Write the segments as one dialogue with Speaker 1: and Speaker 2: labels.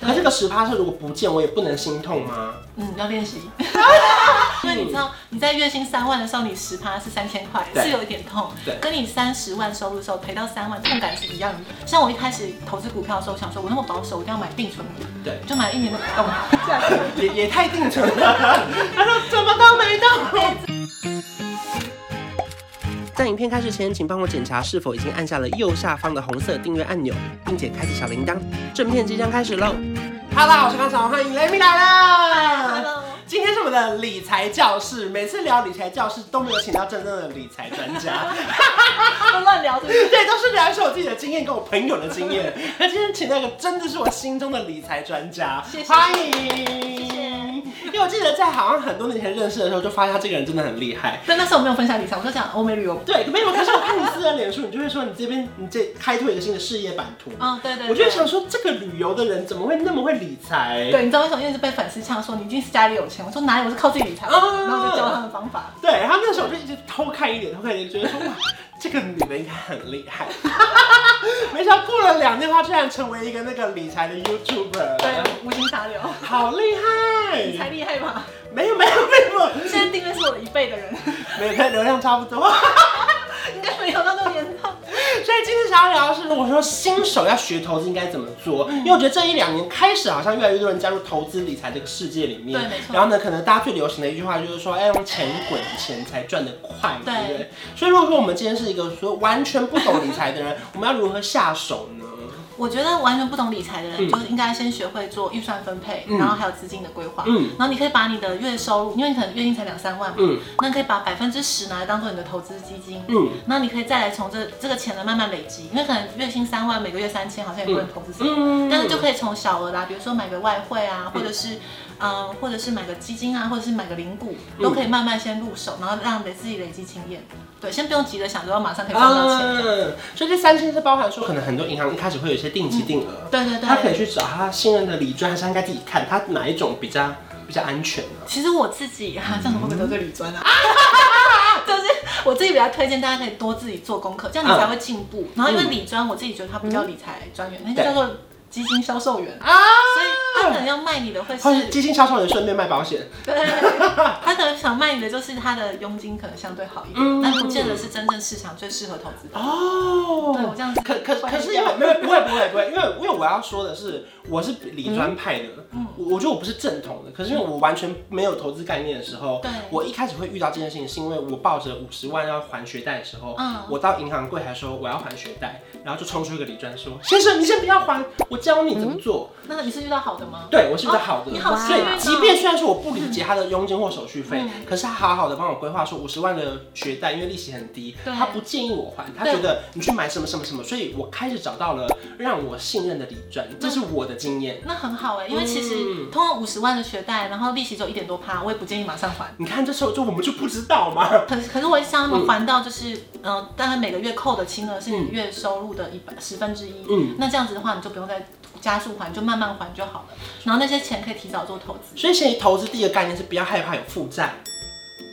Speaker 1: 可是这个十趴是如果不见，我也不能心痛吗？
Speaker 2: 嗯，要练 习，因为你知道你在月薪三万的时候，你十趴是三千块，
Speaker 1: 对
Speaker 2: 是有一点痛
Speaker 1: 对，
Speaker 2: 跟你三十万收入的时候赔到三万，痛感是一样的。像我一开始投资股票的时候，我想说我那么保守，我一定要买定存股，
Speaker 1: 对，
Speaker 2: 就买了一年的股哦票。
Speaker 1: 这样也也太定存了。他说怎么都没动。在影片开始前，请帮我检查是否已经按下了右下方的红色订阅按钮，并且开启小铃铛。正片即将开始喽！哈喽，我是康常，欢迎雷米来啦！
Speaker 2: Hello
Speaker 1: 今天是我们的理财教室，每次聊理财教室都没有请到真正的理财专家。
Speaker 2: 都乱聊是不 是？
Speaker 1: 对，都是聊一些我自己的经验跟我朋友的经验。 那今天请那个真的是我心中的理财专家，
Speaker 2: 谢谢
Speaker 1: 欢迎。因为我记得在好像很多年前认识的时候，就发现他这个人真的很厉害。
Speaker 2: 但那时候我没有分享理财，我就讲欧美旅游。
Speaker 1: 对，没有。可是我看你私人脸书，你就会说你这边你这开拓一个新的事业版图。
Speaker 2: 嗯，对对对。
Speaker 1: 我就想说，这个旅游的人怎么会那么会理财？
Speaker 2: 对，你知道为什么？因为是被粉丝呛说你一定是家里有钱。我说哪有，我是靠自己理 财的。
Speaker 1: 哦
Speaker 2: 然后我就教他们方法。
Speaker 1: 对，然后那时候我就一直偷看一点，偷看一点，觉得说哇，这个女的应该很厉害。 没想到过了两年的话，居然成为一个那个理财的 YouTuber。
Speaker 2: 对，无心插柳，
Speaker 1: 好厉
Speaker 2: 你才
Speaker 1: 害！
Speaker 2: 厉害吧？
Speaker 1: 没有没有没有，
Speaker 2: 现在订阅是我的一倍的人，
Speaker 1: 每天流量差不多。
Speaker 2: 应该没有到那么严重。
Speaker 1: 所以今天想要聊的是，我说新手要学投资应该怎么做？
Speaker 2: 嗯
Speaker 1: 因为我觉得这一两年开始，好像越来越多人加入投资理财这个世界里面。
Speaker 2: 对没错
Speaker 1: 然后呢，可能大家最流行的一句话就是说，哎，用钱滚钱才赚得快，对
Speaker 2: 对
Speaker 1: 不对？所以如果说我们今天是一个说完全不懂理财的 人，我们要如何下手呢？
Speaker 2: 我觉得完全不懂理财的人，
Speaker 1: 嗯
Speaker 2: 就是应该先学会做预算分配，
Speaker 1: 嗯
Speaker 2: 然后还有资金的规划。
Speaker 1: 嗯
Speaker 2: 然后你可以把你的月收入，因为你可能月薪才两三万嘛，
Speaker 1: 嗯
Speaker 2: 那你可以把百分之十拿来当做你的投资基金。
Speaker 1: 嗯
Speaker 2: 那你可以再来从这这个钱呢慢慢累积，因为可能月薪三万，每个月三千，好像也不能投资什么。
Speaker 1: 嗯
Speaker 2: 但是就可以从小额啦，比如说买个外汇啊，或者是，嗯、或者是买个基金啊，或者是买个零股，
Speaker 1: 嗯
Speaker 2: 都可以慢慢先入手，然后让得自己累积经验。对，先不用急着想着要马上可以赚到钱。
Speaker 1: 嗯，所以这三千是包含说，可能很多银行一开始会有一些定期定额，
Speaker 2: 对对对。
Speaker 1: 他可以去找他信任的理专，还是他应该自己看他哪一种比较比较安全呢、
Speaker 2: 其实我自己哈、啊，这样子会不会得罪理专啊？
Speaker 1: 嗯
Speaker 2: 就是我自己比较推荐大家可以多自己做功课，这样
Speaker 1: 嗯
Speaker 2: 你才会进步。然后因为理专，我自己觉得它不叫理财专员，那
Speaker 1: 对
Speaker 2: 个叫做基金销售员，
Speaker 1: 啊？
Speaker 2: 所以他可能要卖你的会
Speaker 1: 或是
Speaker 2: 是，
Speaker 1: 基金销售人顺便卖保险，
Speaker 2: 对，他可能想卖你的就是他的佣金可能相对好一
Speaker 1: 嗯
Speaker 2: 点，但不见得是真正市场最适合投资的。
Speaker 1: 哦
Speaker 2: 对我这样子
Speaker 1: 可可
Speaker 2: 会
Speaker 1: 可是因为没有不会不会不会，因为因为我要说的是，我是理专派的，
Speaker 2: 嗯
Speaker 1: 我我觉得我不是正统的，可是因为我完全没有投资概念的时候，
Speaker 2: 嗯对
Speaker 1: 我一开始会遇到这件事情，是因为我抱着五十万要还学贷的时候，
Speaker 2: 嗯
Speaker 1: 我到银行柜台说我要还学贷，然后就冲出一个理专说，先生你先不要还，我教你怎么做，
Speaker 2: 那你是遇到好的吗？
Speaker 1: 对我是比较好的，
Speaker 2: 哦你好
Speaker 1: 所以
Speaker 2: 幸运哦
Speaker 1: 即便虽然说我不理解他的佣金或手续费，可是他好好的帮我规划说五十万的学贷，因为利息很低，
Speaker 2: 对
Speaker 1: 他不建议我还，他
Speaker 2: 对
Speaker 1: 觉得你去买什么什么什么，所以我开始找到了让我信任的理专，这是我的经验。
Speaker 2: 那很好哎、因为其
Speaker 1: 嗯
Speaker 2: 实通常五十万的学贷，然后利息就一点多趴，我也不建议马上还。
Speaker 1: 你看这时候就我们就不知道嘛，
Speaker 2: 可是可是我一直让他们还到就是，嗯、呃，大概每个月扣的金额是你月收入的一百十分之一。
Speaker 1: 嗯
Speaker 2: 嗯，那这样子的话，你就不用再加速还，就慢慢还就好了。然后那些钱可以提早做投资。
Speaker 1: 所以现在投资第一个概念是不要害怕有负债，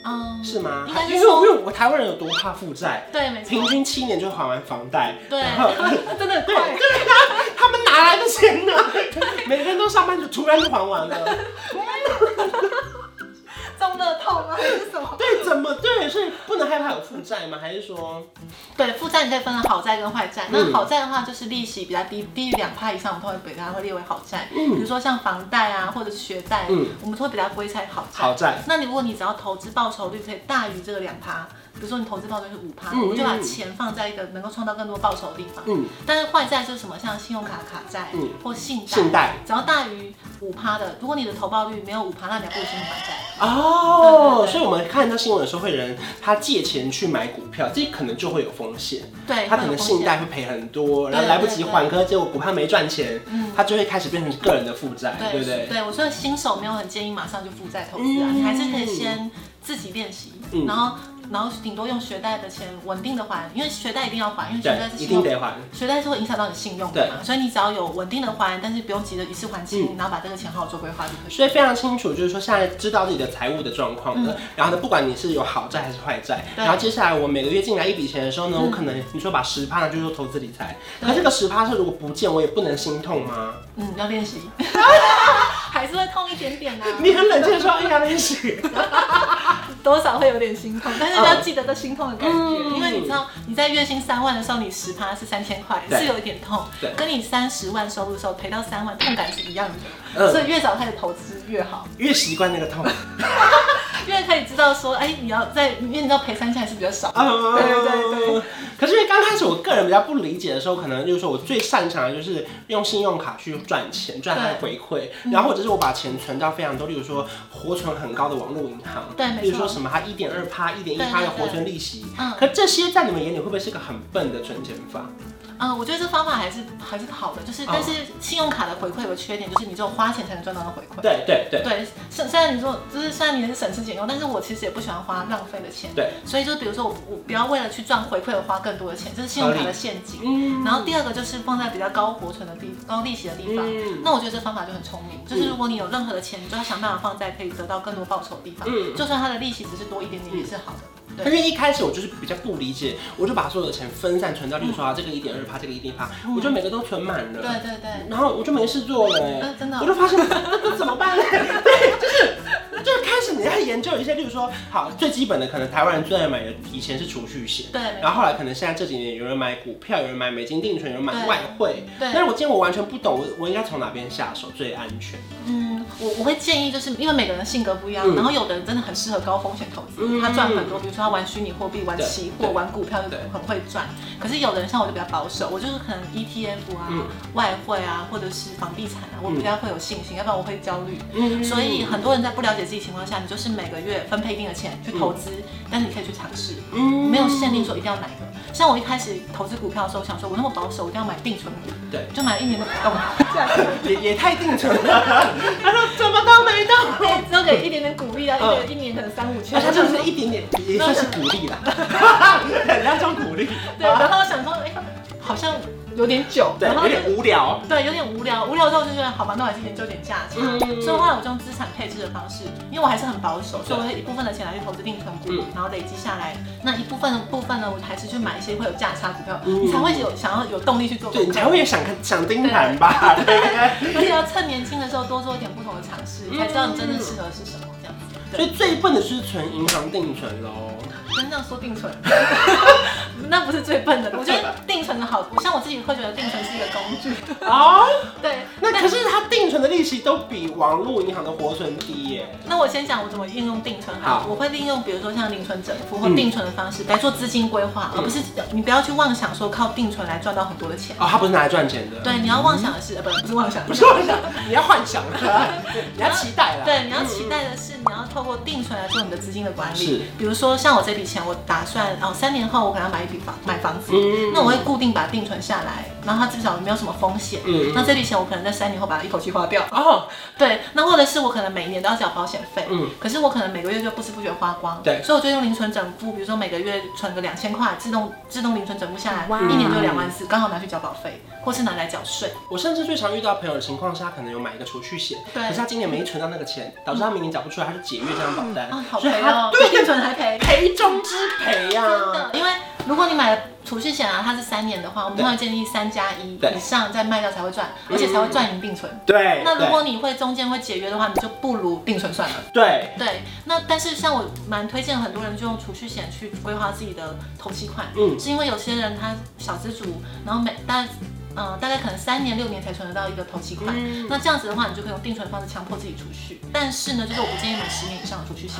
Speaker 2: 嗯，
Speaker 1: 是吗
Speaker 2: 应该？
Speaker 1: 因为
Speaker 2: 是
Speaker 1: 因为
Speaker 2: 说，
Speaker 1: 我台湾人有多怕负债，
Speaker 2: 对，没
Speaker 1: 平
Speaker 2: 错，
Speaker 1: 均七年就还完房贷，
Speaker 2: 对
Speaker 1: 然后，
Speaker 2: 真的很
Speaker 1: 对
Speaker 2: 快。
Speaker 1: 对啊，他们哪来的钱呢？每个人都上班就突然就还完了。
Speaker 2: 中乐透吗？还是什么？
Speaker 1: 对，怎么对？所以不能害怕有负债吗？还是说，
Speaker 2: 对，负债你可以分成好债跟坏债。
Speaker 1: 嗯
Speaker 2: 那好债的话，就是利息比较低，低于两趴以上，我们都会给它会列为好债。
Speaker 1: 嗯
Speaker 2: 比如说像房贷啊，或者是学贷，
Speaker 1: 嗯
Speaker 2: 我们都会比它归在好债。
Speaker 1: 好债
Speaker 2: 那你如果你只要投资报酬率可以大于这个两趴，比如说你投资报酬率是五趴，
Speaker 1: 嗯
Speaker 2: 我们就把
Speaker 1: 嗯嗯
Speaker 2: 钱放在一个能够创造更多报酬的地方。
Speaker 1: 嗯，
Speaker 2: 但是坏债就是什么，像信用卡卡债、
Speaker 1: 嗯
Speaker 2: 或信贷，
Speaker 1: 信贷
Speaker 2: 只要大于五趴的，如果你的投报率没有五趴，那你要不行还债。
Speaker 1: 哦
Speaker 2: 对对对
Speaker 1: 所以我们看到新闻的时候，会有人他借钱去买股票，这可能就会有风险，
Speaker 2: 对，
Speaker 1: 他
Speaker 2: 会
Speaker 1: 可
Speaker 2: 有
Speaker 1: 能
Speaker 2: 风
Speaker 1: 信
Speaker 2: 险
Speaker 1: 贷会赔很多，然后
Speaker 2: 对
Speaker 1: 来不及
Speaker 2: 哎对对
Speaker 1: 还，可是结果股票没赚钱，他就会开始变成个人的负债，对
Speaker 2: 对
Speaker 1: 不对？
Speaker 2: 我说新手没有很建议马上就负债投资啊，
Speaker 1: 嗯
Speaker 2: 你还是可以先自己练习，然后然后顶多用学贷的钱稳定的还，因为学贷一定要还，因为学贷
Speaker 1: 对
Speaker 2: 是，
Speaker 1: 一
Speaker 2: 信
Speaker 1: 定
Speaker 2: 用
Speaker 1: 得还。
Speaker 2: 学贷是会影响到你信用的嘛，所以你只要有稳定的还，但是不用急着一次还
Speaker 1: 嗯
Speaker 2: 清，然后把这个钱好好做规划就可以。
Speaker 1: 所以非常清楚，就是说现在知道自己的财务的状况了。然后呢，不管你是有好债还是坏债，
Speaker 2: 对
Speaker 1: 然后接下来我每个月进来一笔钱的时候呢，我可能你说把十趴就是说投资理财，可这个十趴是如果不见，我也不能心痛吗？
Speaker 2: 嗯，要练习， 还是会痛一点点啊，
Speaker 1: 你很冷静的说，哎呀，没事。
Speaker 2: 多少会有点心痛，但是
Speaker 1: 嗯
Speaker 2: 要记得这心痛的感觉，
Speaker 1: 嗯
Speaker 2: 因为你知道你在月薪三万的时候，你十趴是三千块，
Speaker 1: 对
Speaker 2: 是有一点痛
Speaker 1: 对，
Speaker 2: 跟你三十万收入的时候赔到三万，痛感是一样的，
Speaker 1: 嗯
Speaker 2: 所以越早开始投资越好，
Speaker 1: 越习惯那个痛。
Speaker 2: 因为可以知道说，哎、你要在，因为你知道赔三千还是比较少，
Speaker 1: 啊，
Speaker 2: 对对对。
Speaker 1: 可是因为刚开始我个人比较不理解的时候，可能就是说我最擅长的就是用信用卡去赚钱，赚它的回馈，然后或者是我把钱存到非常多，例如说活存很高的网络银行，
Speaker 2: 对没错
Speaker 1: 例如说什么它一点二趴、一点一趴的
Speaker 2: 对对对
Speaker 1: 活存利息。
Speaker 2: 嗯
Speaker 1: 可这些在你们眼里会不会是个很笨的存钱法？
Speaker 2: 嗯，我觉得这方法还是还是好的，就是
Speaker 1: 嗯
Speaker 2: 但是信用卡的回馈有个缺点，就是你只有花钱才能赚到的回馈。
Speaker 1: 对对对
Speaker 2: 对，虽虽然你说就是虽然你是省吃俭用，但是我其实也不喜欢花浪费的钱。
Speaker 1: 对，
Speaker 2: 所以就比如说我我不要为了去赚回馈而花更多的钱，这是信用卡的陷阱。
Speaker 1: 嗯
Speaker 2: 然后第二个就是放在比较高活存的地高利息的地方。
Speaker 1: 嗯
Speaker 2: 那我觉得这方法就很聪明，就是如果你有任何的钱，你就要想办法放在可以得到更多报酬的地方，
Speaker 1: 嗯。
Speaker 2: 就算它的利息只是多一点点也是好的。
Speaker 1: 因为一开始我就是比较不理解，我就把所有的钱分散存到，例如说啊，这个一点二趴，这个一点趴，我就每个都存满了。
Speaker 2: 对对对，
Speaker 1: 然后我就没事做了、
Speaker 2: 嗯真的
Speaker 1: 嗯
Speaker 2: 哦
Speaker 1: 我就发现怎么 办呢？对，就是就是开始你要研究一些，例如说，好最基本的，可能台湾人最爱买的以前是储蓄险，
Speaker 2: 对没错
Speaker 1: 然后后来可能现在这几年有人买股票，有人买美金定存，有人买
Speaker 2: 对
Speaker 1: 外汇，
Speaker 2: 对
Speaker 1: 但是我今天我完全不懂，我我应该从哪边下手最安全？
Speaker 2: 嗯，我我会建议，就是因为每个人性格不一样，
Speaker 1: 嗯
Speaker 2: 然后有的人真的很适合高风险投资，
Speaker 1: 嗯
Speaker 2: 他赚很多，比如说他玩虚拟货币、玩
Speaker 1: 对
Speaker 2: 期货、
Speaker 1: 对
Speaker 2: 玩股票就很会赚。可是有的人像我就比较保守，我就是可能 ETF 啊、
Speaker 1: 嗯
Speaker 2: 外汇啊，或者是房地产啊，我比较会有信心，要不然我会焦虑。
Speaker 1: 嗯
Speaker 2: 所以很多人在不了解自己情况下，你就是每个月分配一定的钱去投资，但是你可以去尝试，
Speaker 1: 嗯
Speaker 2: 没有限定说一定要哪一个。像我一开始投资股票的时候，我想说我那么保守，我一定要买定存股，
Speaker 1: 对，
Speaker 2: 就买了一年都不动，这样子。
Speaker 1: 也也太定存了，他说怎么都没动，
Speaker 2: 只有给一点点鼓励啊，一
Speaker 1: 嗯哦
Speaker 2: 个一年可能三五千，
Speaker 1: 而且就是一点点也算是鼓 励啦，两种鼓励，
Speaker 2: 对，然后想说，哎、好像有点久，
Speaker 1: 对，
Speaker 2: 然后
Speaker 1: 有
Speaker 2: 就
Speaker 1: 点无聊，
Speaker 2: 对，有点无聊，无聊之后就觉得，好吧，那我还是研究点价差。
Speaker 1: 嗯
Speaker 2: 所以后来我就用资产配置的方式，因为我还是很保守，所以我会一部分的钱拿去投资定存股，
Speaker 1: 嗯
Speaker 2: 然后累积下来，那一部分的部分呢，我还是去买一些会有价差股票，
Speaker 1: 嗯
Speaker 2: 你才会有想要有动力去做股票。
Speaker 1: 对，你才会想看想盯盘吧，对不对？
Speaker 2: 而且要趁年轻的时候多做一点不同的尝试，才知道你真正适合是什么这样子。
Speaker 1: 嗯
Speaker 2: 对
Speaker 1: 所以最笨的就是存银行定存哦 喽。
Speaker 2: 真正说定存， 那不是最笨的。我觉得定存的好，我像我自己会觉得定存是一个工具。
Speaker 1: 哦，
Speaker 2: 对，
Speaker 1: 那可是它定存的利息都比网络银行的活存低耶。
Speaker 2: 那我先讲我怎么应用定存好了
Speaker 1: 好
Speaker 2: 我会利用比如说像零存整付或
Speaker 1: 嗯
Speaker 2: 定存的方式来做资金规划，而不是你不要去妄想说靠定存来赚到很多的钱。
Speaker 1: 哦，它不是拿来赚钱的。，
Speaker 2: 对，你要妄想的是，呃，不，不是妄想，
Speaker 1: 不是我想，你要幻想啦， 你要期待啊啦。
Speaker 2: 对，你要期待的是，你要透过定存来做你的资金的管
Speaker 1: 是
Speaker 2: 理。比如说，像我这笔钱，我打算哦，三年后我可能要买一笔房，买房子，
Speaker 1: 嗯
Speaker 2: 那我会固定把它定存下来，然后它至少没有什么风险。
Speaker 1: 嗯嗯
Speaker 2: 那这笔钱我可能在三年后把它一口气花掉。
Speaker 1: 哦，
Speaker 2: 对，那或者是我可能每年都要缴保险费，
Speaker 1: 嗯
Speaker 2: 可是我可能每个月就不知不觉花光，
Speaker 1: 对
Speaker 2: 所以我就用零存整付，比如说每个月存个两千块，自动自动零存整付下来，
Speaker 3: 哇
Speaker 2: 一年就两万四，刚好拿去缴保费，或是拿来缴税。
Speaker 1: 我甚至最常遇到朋友的情况是，他可能有买一个储蓄险，
Speaker 2: 对
Speaker 1: 可是他今年没存到那个钱，导致他明年缴不出来，他就解约这张保单
Speaker 2: 啊，，好
Speaker 1: 所以
Speaker 2: 赔
Speaker 1: 他
Speaker 2: 哦，
Speaker 1: 对
Speaker 2: 定存还赔。
Speaker 1: 赔中之啊赔呀。
Speaker 2: 真的，因为如果你买了储蓄险啊，它是三年的话，我们
Speaker 1: 对
Speaker 2: 通常建议三加一
Speaker 1: 对
Speaker 2: 以上再卖掉才会赚，而且才会赚赢定存。
Speaker 1: 对，
Speaker 2: 那如果你会中间会解约的话，你就不如定存算了。
Speaker 1: 对
Speaker 2: 对，那但是像我蛮推荐很多人就用储蓄险去规划自己的投期款，
Speaker 1: 嗯
Speaker 2: 是因为有些人他小资族，然后每大。嗯，大概可能三年六年才存得到一个投期款，
Speaker 1: 嗯
Speaker 2: 那这样子的话，你就可以用定存的方式强迫自己储蓄。但是呢，就是我不建议买十年以上的储蓄险，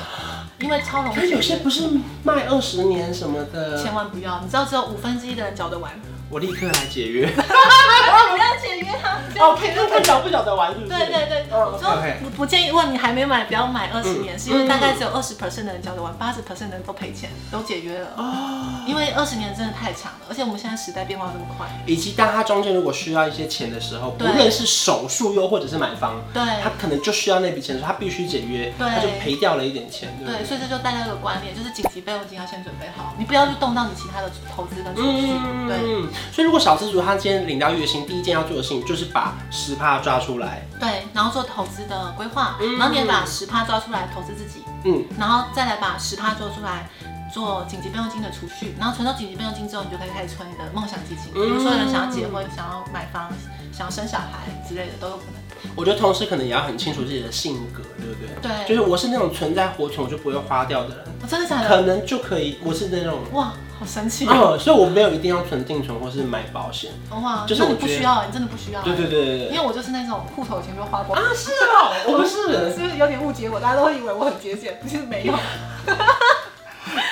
Speaker 2: 因为超容易
Speaker 1: 可
Speaker 2: 解
Speaker 1: 是
Speaker 2: 约。
Speaker 1: 哦有些不是卖二十年什么的
Speaker 2: 千，万不要，你知道 只有五分之一的人缴得完，
Speaker 1: 我立刻来解约。
Speaker 2: 不要解约他，不要
Speaker 1: 哦，
Speaker 2: 解
Speaker 1: 赔
Speaker 2: 约
Speaker 1: 那看小不小的玩，是不是？
Speaker 2: 对对对，
Speaker 1: 嗯
Speaker 2: 我说
Speaker 1: OK
Speaker 2: 不不建议，如果你还没买，不要买二十年，是因
Speaker 1: 嗯
Speaker 2: 为大概只有二十 percent 的人交得完，八十 percent 的人都赔钱，都解约了。
Speaker 1: 哦。
Speaker 2: 因为二十年真的太长了，而且我们现在时代变化这么快，
Speaker 1: 以及当他中间如果需要一些钱的时候，不
Speaker 2: 对
Speaker 1: 论是手术又或者是买方，
Speaker 2: 对
Speaker 1: 他可能就需要那笔钱的时候，他必须解约，
Speaker 2: 对
Speaker 1: 他就赔掉了一点钱，对不
Speaker 2: 对，
Speaker 1: 对？
Speaker 2: 所以这就大家有个观念，就是紧急备用金要先准备好，你不要去动到你其他的投资跟储蓄。对
Speaker 1: 嗯，所以如果小资主他今天领到月薪，第一件要做的事情就是把十趴抓出来，
Speaker 2: 对，然后做投资的规划，
Speaker 1: 嗯
Speaker 2: 然后你也把十趴抓出来投资自己，
Speaker 1: 嗯，
Speaker 2: 然后再来把十趴做出来做紧急备用金的储蓄，然后存到紧急备用金之后，你就可以开始存你的梦想基
Speaker 1: 嗯
Speaker 2: 金。比如说有人想要结婚、想要买房、想要生小孩之类的都有可能。
Speaker 1: 我觉得同时可能也要很清楚自己的性格，对不对？
Speaker 2: 对
Speaker 1: 就是我是那种存在活存我就不会花掉的人，
Speaker 2: 哦、真的假
Speaker 1: 可
Speaker 2: 的？
Speaker 1: 能就可以，我是那种，
Speaker 2: 哇，好神奇哦！
Speaker 1: 哦，所以我没有一定要存定存或是买保险，
Speaker 2: 哇，
Speaker 1: 哦就是
Speaker 2: 那你
Speaker 1: 我觉
Speaker 2: 不
Speaker 1: 得
Speaker 2: 需要，你真的不需要。
Speaker 1: 对对对对对。
Speaker 2: 因为我就是那种户头钱就花光。
Speaker 1: 啊，是哦，我不是，
Speaker 2: 是不是有点误解我？大家都会以为我很节俭，其实没
Speaker 1: 嗯
Speaker 2: 有。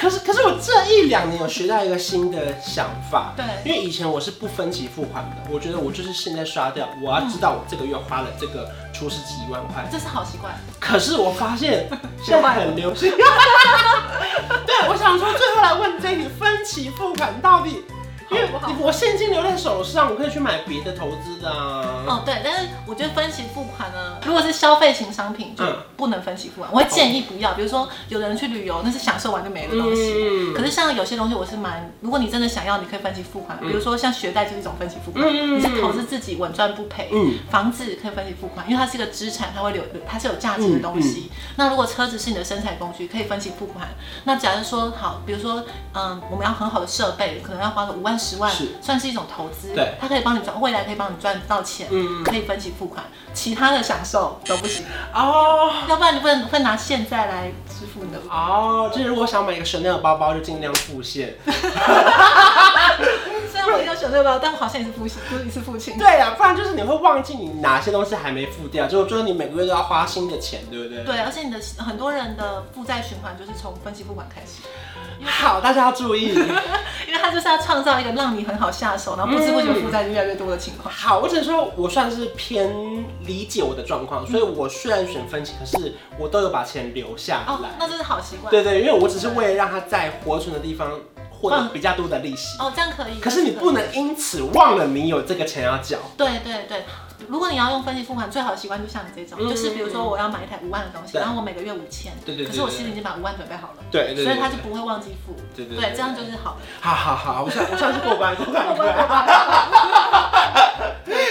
Speaker 1: 可是可是我这一两年有学到一个新的想法，
Speaker 2: 对
Speaker 1: 因为以前我是不分期付款的，我觉得我就是现在刷掉，我要知道我这个月花了这个出十几万块。
Speaker 2: 这是好习惯。
Speaker 1: 可是我发 现现在很流行，对，我想说最后来问这一题，分期付款到底，因为
Speaker 2: 好不好
Speaker 1: 我现金留在手上，我可以去买别的投资的啊。
Speaker 2: 哦，对，但是我觉得分期付款呢，如果是消费型商品就
Speaker 1: 嗯
Speaker 2: 不能分期付款，我会建议不要。比如说有的人去旅游，那是享受完就没了东西。
Speaker 1: 嗯
Speaker 2: 可是像有些东西我是蛮，如果你真的想要，你可以分期付款，比如说像学贷就是一种分期付款，
Speaker 1: 嗯
Speaker 2: 你是投资自己稳赚不赔。
Speaker 1: 嗯，
Speaker 2: 房子可以分期付款，因为它是一个资产，它会留，它是有价值的东西。
Speaker 1: 嗯
Speaker 2: 那如果车子是你的生产工具，可以分期付款。那假如说好，比如说，嗯，我们要很好的设备，可能要花个五万、十万
Speaker 1: 是，
Speaker 2: 算是一种投资。
Speaker 1: 对
Speaker 2: 它可以帮你赚，未来可以帮你赚到钱，
Speaker 1: 嗯
Speaker 2: 可以分期付款。其他的享受都不行，
Speaker 1: 哦。
Speaker 2: 要不然你不能会拿现在来支付你的。
Speaker 1: 哦，就是如果想买一个 Chanel 的包包，就尽量付现。
Speaker 2: 虽然我要选这个，但我好像也是父亲，就是一次父亲。
Speaker 1: 对啊呀，不然就是你会忘记你哪些东西还没付掉，就就是你每个月都要花新的钱，对不对？。
Speaker 2: 对，而且你的很多人的负债循环就是从分期付款开始。
Speaker 1: 好，大家要注意。
Speaker 2: 因为他就是要创造一个让你很好下手，然后不知不觉
Speaker 1: 嗯
Speaker 2: 负债就越来越多的情况。
Speaker 1: 好，我只能说，我算是偏理解我的状况，所以我虽然选分期，可是我都有把钱留下
Speaker 2: 哦，
Speaker 1: 来。
Speaker 2: 那这是好习惯。
Speaker 1: 对对，因为我只是为了让它在活存的地方获得
Speaker 2: 嗯
Speaker 1: 比较多的利息。
Speaker 2: 哦，这样可以。
Speaker 1: 可是你不
Speaker 2: 能。
Speaker 1: 能因此忘了你有这个钱要缴。
Speaker 2: 对对对，如果你要用分期付款，最好的习惯就像你这种，
Speaker 1: 嗯
Speaker 2: 就是比如说我要买一台五万的东西，
Speaker 1: 对
Speaker 2: 然后我每个月五千，
Speaker 1: 对对对
Speaker 2: 可是我心里已经把五万准备好了，
Speaker 1: 对
Speaker 2: 所以他就不会忘记付。
Speaker 1: 对对对
Speaker 2: 对，这样就是好的。
Speaker 1: 好好好，我算我算是过关过关过关。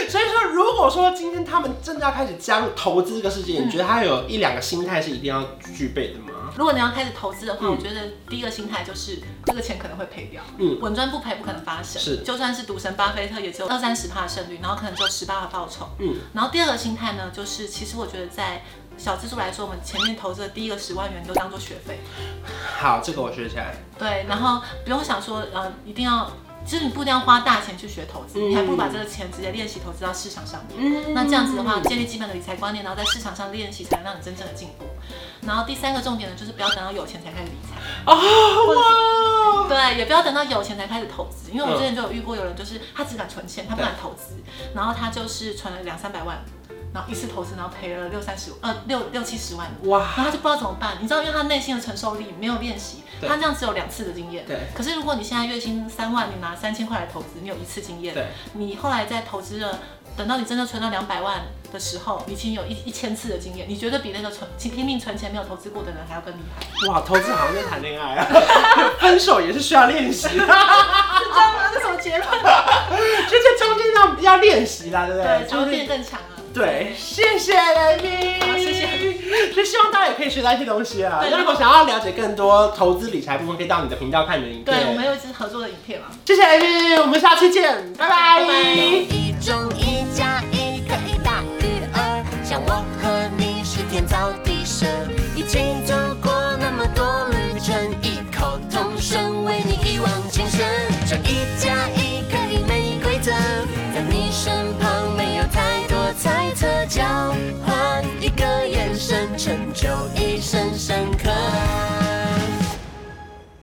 Speaker 1: 所以说，如果说今天他们真的要开始加入投资这个世界，你觉得他有一两个心态是一定要具备的吗？
Speaker 2: 如果你要开始投资的话，
Speaker 1: 嗯
Speaker 2: 我觉得第一个心态就是这个钱可能会赔掉，
Speaker 1: 嗯
Speaker 2: 嗯，稳赚不赔不可能发生，
Speaker 1: 是
Speaker 2: 就算是赌神巴菲特也只有二三十趴的胜率，然后可能只有十八的报酬，
Speaker 1: 嗯
Speaker 2: 嗯，然后第二个心态呢，就是其实我觉得在小资助来说，我们前面投资的第一个十万元都当做学费，
Speaker 1: 好，这个我学起来。
Speaker 2: 对，然后不用想说，呃，一定要，其实你不一定要花大钱去学投资，
Speaker 1: 嗯
Speaker 2: 你还不如把这个钱直接练习投资到市场上面。
Speaker 1: 嗯
Speaker 2: 那这样子的话，建立基本的理财观念，然后在市场上练习，才能让你真正的进步。然后第三个重点呢，就是不要等到有钱才开始理财。
Speaker 1: 嗯哇，
Speaker 2: 对，也不要等到有钱才开始投资，因为我
Speaker 1: 嗯
Speaker 2: 之前就有遇过有人，就是他只敢存钱，他不敢投资，然后他就是存了两三百万，然后一次投资，然后赔了六三十，呃，六六七十万，
Speaker 1: 哇，
Speaker 2: 然后他就不知道怎么办，你知道，因为他内心的承受力没有练习，
Speaker 1: 对
Speaker 2: 他这样只有两次的经验。
Speaker 1: 对
Speaker 2: 可是如果你现在月薪三万，你拿三千块来投资，你有一次经验，
Speaker 1: 对，
Speaker 2: 你后来再投资了，等到你真的存到两百万的时候，你已经有一一千次的经验，你觉得比那个存拼命存钱没有投资过的人还要更厉 害？
Speaker 1: 哇，投资好像在谈恋爱啊， 分手也是需要练习的，
Speaker 2: 是这样吗？这什么结论？
Speaker 1: 就这中间要要练习啦，对不对？
Speaker 2: 对，才会变得更强啊。
Speaker 1: 对，谢谢雷米，
Speaker 2: 好谢
Speaker 1: 谢。所以希望大家也可以学到一些东西啊。
Speaker 2: 对
Speaker 1: 那如果想要了解更多投资理财部分，可以到你的频道看你的影片。
Speaker 2: 对，我们有一支合作的影片嘛。
Speaker 1: 谢谢雷米，我们下期见，拜拜
Speaker 2: 拜拜
Speaker 3: 一种一加